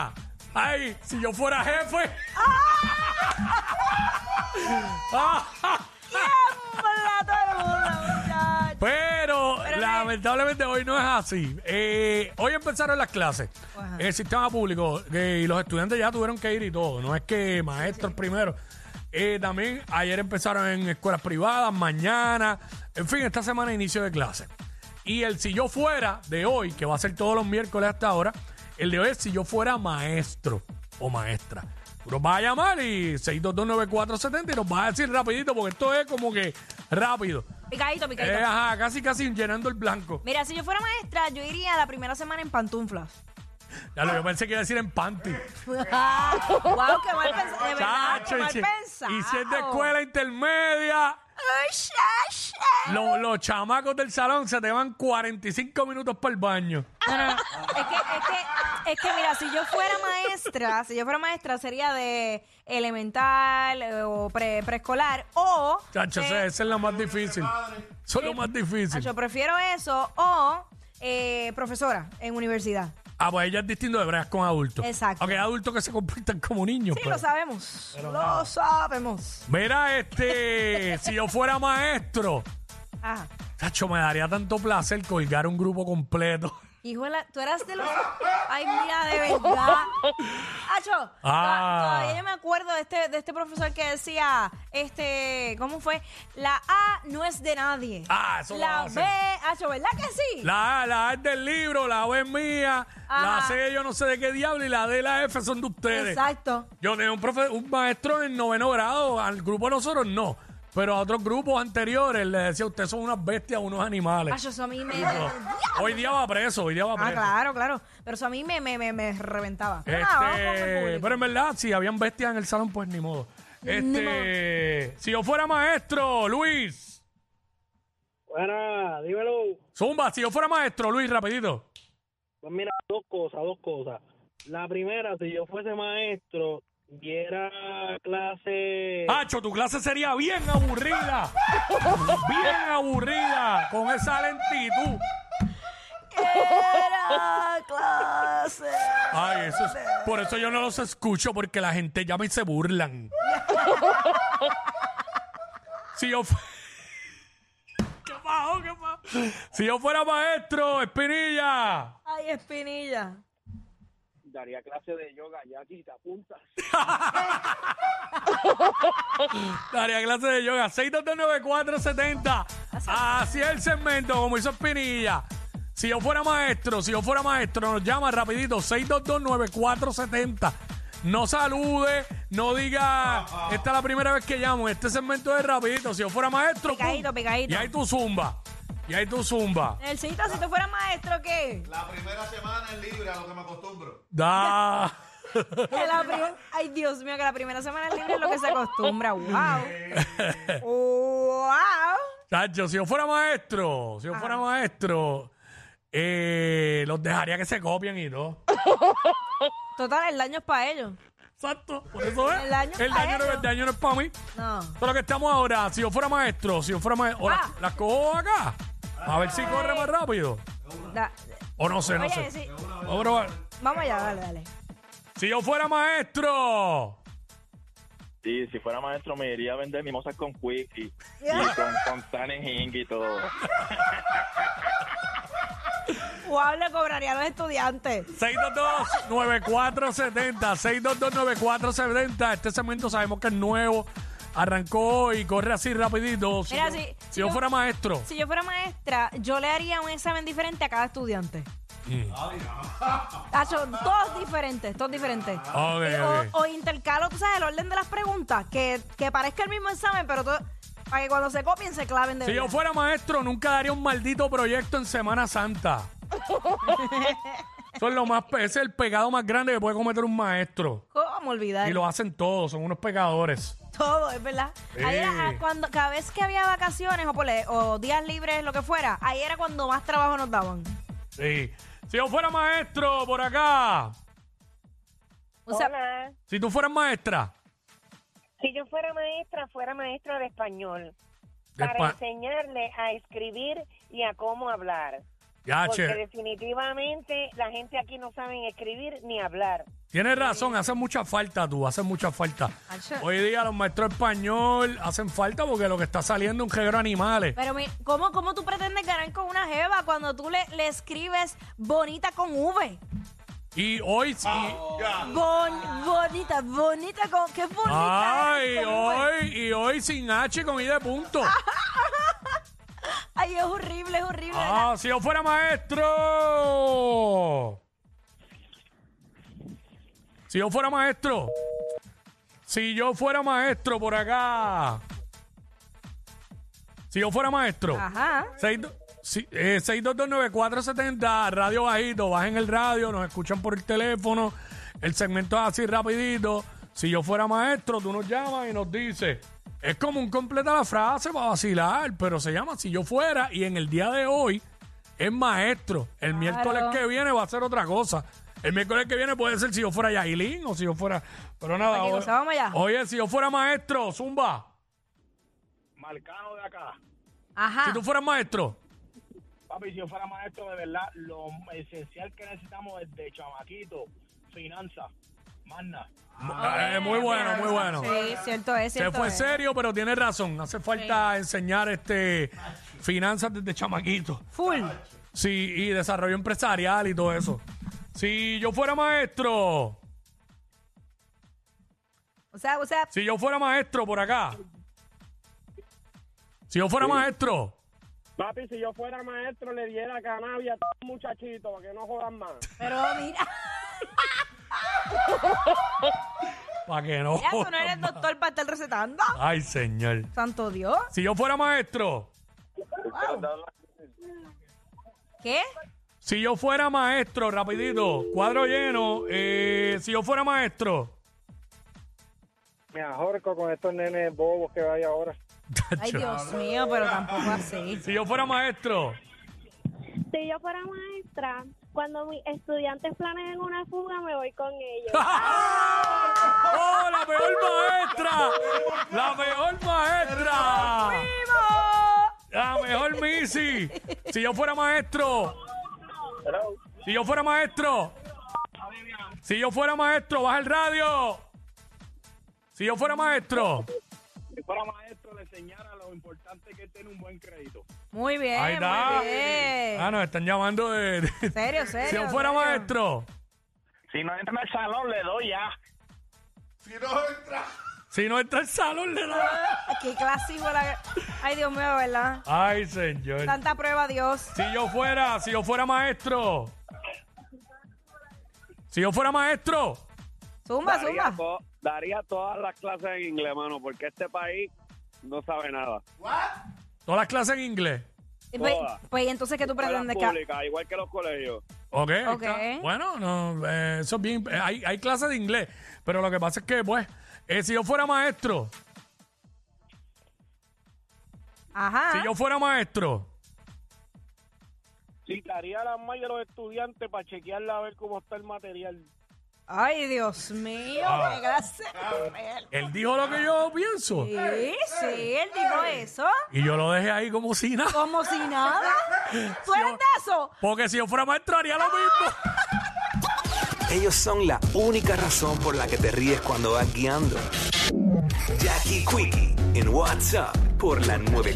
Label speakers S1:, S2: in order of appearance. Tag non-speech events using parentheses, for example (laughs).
S1: Ah, Ay, si yo fuera jefe. Ah!
S2: Tiembla todo el mundo, muchachos.
S1: Pero,
S2: Pero
S1: lamentablemente hoy no es así. Eh, hoy empezaron las clases
S2: Ajá.
S1: en el sistema público eh, y los estudiantes ya tuvieron que ir y todo. No es que maestros primero. Eh, también ayer empezaron en escuelas privadas, mañana. En fin, esta semana inicio de clases. Y el si yo fuera de hoy, que va a ser todos los miércoles hasta ahora, el de hoy es si yo fuera maestro o maestra. Tú nos vas a llamar y 6229470 y nos vas a decir rapidito, porque esto es como que rápido.
S2: Picadito,
S1: Eh,
S2: picadito.
S1: ajá, casi casi llenando el blanco.
S2: Mira, si yo fuera maestra, yo iría la primera semana en pantuflas.
S1: Ya lo, yo pensé que iba a decir en panty.
S2: wow, qué mal pensado. De verdad, qué
S1: Chacho,
S2: mal
S1: y si-
S2: pensado.
S1: y si es de escuela intermedia,
S2: Ay, sha, sha.
S1: lo- los chamacos del salón se te van 45 minutos para el baño.
S2: No, no, no. Es que, es que, es que mira, si yo fuera maestra, si yo fuera maestra sería de elemental eh, o pre- preescolar o...
S1: Chacho,
S2: eh,
S1: esa- esa es la más difícil. Eso es lo más difícil.
S2: Yo prefiero eso o eh, profesora en universidad.
S1: Ah, pues ella es distinto de bregas con adultos.
S2: Exacto.
S1: Aunque hay adultos que se comportan como niños.
S2: Sí,
S1: pero-
S2: lo sabemos. Lo sabemos.
S1: Mira, este, (laughs) si yo fuera maestro,
S2: Ajá.
S1: Chacho, me daría tanto placer colgar un grupo completo. (laughs)
S2: Hijo de la, tú eras de los. Ay, mira, de verdad. Acho,
S1: Ah.
S2: todavía yo me acuerdo de este, de este profesor que decía, este, ¿cómo fue? La A no es de nadie.
S1: Ah, eso lo
S2: La
S1: hacen.
S2: B, Acho, ¿verdad que sí?
S1: La A, la A es del libro, la B es mía, la
S2: Ajá.
S1: C yo no sé de qué diablo y la D y la F son de ustedes.
S2: Exacto.
S1: Yo tenía un, profe, un maestro en noveno grado, al grupo de nosotros no, pero a otros grupos anteriores le decía, ustedes son unas bestias, unos animales.
S2: Acho, eso a mí me.
S1: Hoy día va preso, hoy día va
S2: Ah,
S1: preso.
S2: claro, claro. Pero eso a mí me, me, me, me reventaba.
S1: Este,
S2: Ah, vamos con el público.
S1: pero en verdad, si habían bestias en el salón, pues ni modo. Este, si yo fuera maestro, Luis,
S3: Bueno, dímelo.
S1: Zumba, si yo fuera maestro, Luis, rapidito.
S3: Pues mira, dos cosas, dos cosas. La primera, si yo fuese maestro, diera clase...
S2: Ah.
S1: Hacho, tu clase sería bien aburrida. bien aburrida. Con esa lentitud.
S2: Era clase.
S1: Ay, eso es. Por eso yo no los escucho, porque la gente llama y se burlan. si yo fu- (laughs) ¿Qué pasó? ¿Qué pasó? Si yo fuera maestro, Espinilla.
S2: Ay, Espinilla.
S3: Daría clase de yoga, ya aquí te apuntas.
S1: Daría clase de yoga. 6229470. Así es el segmento, como hizo Espinilla. Si yo fuera maestro, si yo fuera maestro, nos llama rapidito. 6229470. No salude, no diga, esta es la primera vez que llamo. Este segmento es rapidito. Si yo fuera maestro, pum.
S2: Picadito, picadito.
S1: Y ahí tu zumba. Y ahí tu zumba.
S2: Nelsito, si tú fueras maestro, ¿qué?
S4: La primera semana es libre, a lo que me acostumbro.
S1: Da.
S2: Que la prim- Ay, Dios mío, que la primera semana libre es lo que se acostumbra. ¡Wow! ¡Wow!
S1: Chacho, si yo fuera maestro, si yo fuera maestro, eh, los dejaría que se copien y todo.
S2: Total, el daño es para ellos.
S1: Exacto. Por eso es.
S2: El daño es pa'
S1: no,
S2: ellos.
S1: el daño no es para mí.
S2: No.
S1: Pero que estamos ahora, si yo fuera maestro, si yo fuera maestro, o la-
S2: Ah.
S1: las cojo acá. A ver si corre más rápido.
S2: Da-
S1: O no sé, no
S2: Oye,
S1: sé.
S2: sí.
S1: Vamos a probar.
S2: Vamos allá, dale, dale.
S1: Si yo fuera maestro.
S5: Sí, si fuera maestro me iría a vender mimosas con Quickie y con, con San Hing y todo.
S2: ¡Wow! Le cobraría a los estudiantes.
S1: 622-9470. 622-9470. Este segmento sabemos que es nuevo. Arrancó y corre así rapidito. Si,
S2: Mira,
S1: yo,
S2: si-
S1: si
S2: si
S1: yo
S2: yo-
S1: fuera maestro.
S2: Si yo fuera maestra, yo le haría un examen diferente a cada estudiante.
S1: Mm.
S2: Tacho, dos diferentes, dos diferentes.
S1: Ok,
S2: Eh,
S1: ok.
S2: O, o intercalo, tú sabes, el orden de las preguntas, que, que parezca el mismo examen, pero todo- para que cuando se copien se claven de
S1: Si yo
S2: verdad.
S1: fuera maestro, nunca daría un maldito proyecto en Semana Santa. Eso es lo más, pe- ese es el pecado más grande que puede cometer un maestro.
S2: ¿Cómo olvidar?
S1: Y lo hacen todos, son unos pecadores.
S2: Todo, es verdad. Ahí era
S1: Sí.
S2: ah, cuando, cada vez que había vacaciones o, pole- o días libres, lo que fuera, ahí era cuando más trabajo nos daban.
S1: Sí. Si yo fuera maestro por acá,
S2: O sea,
S6: Hola.
S1: si tú fueras maestra,
S6: Si yo fuera maestra, fuera maestra de español.
S1: de
S6: para
S1: pa-
S6: enseñarle a escribir y a cómo hablar.
S1: Ya,
S6: porque
S1: che.
S6: definitivamente la gente aquí no sabe escribir ni hablar.
S1: Tienes razón, hace mucha falta tú, hace mucha falta.
S2: Acho.
S1: Hoy día los maestros español hacen falta porque lo que está saliendo es un género de animales.
S2: Pero mi- ¿cómo, ¿cómo tú pretendes ganar con una jeva cuando tú le, le escribes bonita con V?
S1: Y hoy sí.
S2: Bon- bonita, bonita con... ¡Qué bonita!
S1: Ay,
S2: (laughs) es con V.
S1: hoy, y hoy sin H con I de punto.
S2: Ay, es horrible, es horrible.
S1: Ah, si yo fuera maestro. Si yo fuera maestro. Si yo fuera maestro por acá. Si yo fuera maestro.
S2: Ajá.
S1: Seis do- si- eh, 6229470, radio bajito, bajen el radio, nos escuchan por el teléfono, el segmento es así rapidito. Si yo fuera maestro, tú nos llamas y nos dices, es como un completa la frase para vacilar, pero se llama si yo fuera y en el día de hoy es maestro. El miércoles que viene va a ser otra cosa. El miércoles que viene puede ser si yo fuera Yailin o si yo fuera... Pero nada,
S2: Cualquier
S1: hoy-
S2: cosa, vamos allá.
S1: oye, si yo fuera maestro, Zumba,
S7: Marcano de acá.
S2: Ajá.
S1: si tú fueras maestro.
S7: Papi, si yo fuera maestro, de verdad, lo esencial que necesitamos desde chamaquito, finanzas, magna.
S1: Eh, muy bueno, muy bueno.
S2: Ah. Sí, cierto es,
S1: Se
S2: cierto
S1: fue
S2: es.
S1: serio, pero tiene razón. Hace falta enseñar este finanzas desde chamaquito.
S2: Full.
S1: Sí, y desarrollo empresarial y todo eso. Si yo fuera maestro,
S2: O sea, o sea,
S1: si yo fuera maestro por acá. Si yo fuera maestro.
S7: Papi, si yo fuera maestro, le diera cannabis a todos los muchachitos para que no jodan más.
S2: pero
S1: (laughs)
S2: mira,
S1: Para que no.
S2: ya tú no eres doctor para estar recetando.
S1: (laughs) Ay, señor.
S2: Santo Dios.
S1: Si yo fuera maestro.
S2: ¿Qué?
S1: Si yo fuera maestro, rapidito. Cuadro lleno. eh, si yo fuera maestro. (laughs)
S7: Me ajorco con estos nenes bobos que hay ahora.
S2: Ay, Dios mío, pero tampoco así.
S1: Si yo fuera maestro.
S8: Si yo fuera maestra, cuando mis estudiantes planean una fuga, me voy con
S1: (laughs)
S8: ellos.
S1: ¡Oh, la peor maestra! ¡La peor maestra! ¡La mejor Missy! Si yo fuera maestro. Si yo fuera maestro. Si yo fuera maestro, baja el radio. Si yo fuera maestro.
S7: Si fuera maestro, le enseñara lo importante que es tener un buen crédito.
S2: Muy bien,
S1: Ahí está.
S2: muy bien.
S1: Ah, nos están llamando de. de-
S2: Serio, serio.
S1: si yo fuera
S2: serio.
S1: maestro.
S7: Si no entra al salón, le doy ya.
S4: Si no entra.
S1: Si no entra el salón, le da.
S2: Qué clásico la... Ay, Dios mío, ¿verdad?
S1: Ay, señor.
S2: Tanta prueba, Dios.
S1: Si yo fuera, si yo fuera maestro. Si yo fuera maestro.
S2: Zumba, zumba.
S7: to- daría todas las clases en inglés, mano, porque este país no sabe nada.
S1: Todas las clases en inglés.
S2: Eh, Pues,
S7: Todas.
S2: pues ¿y entonces, ¿qué tú
S7: Escuelas
S2: pretendes? que-
S7: públicas, igual que los colegios.
S1: Ok. ahí
S2: Ok.
S1: está. Bueno, no, eh, eso es bien. eh, hay, hay clases de inglés. Pero lo que pasa es que, pues, eh, si yo fuera maestro.
S2: Ajá.
S1: Si yo fuera maestro.
S7: Citaría a las más de los estudiantes para chequearla a ver cómo está el material.
S2: Ay, Dios mío,
S1: Ah.
S2: qué clase. de perro.
S1: Él dijo lo que yo pienso.
S2: Sí, sí, él dijo eso.
S1: Y yo lo dejé ahí como si nada.
S2: Como si nada. ¿Tú eres de eso?
S1: Porque si yo fuera maestro haría lo mismo.
S9: Ellos son la única razón por la que te ríes cuando vas guiando. Jackie Quickie en WhatsApp por la 9.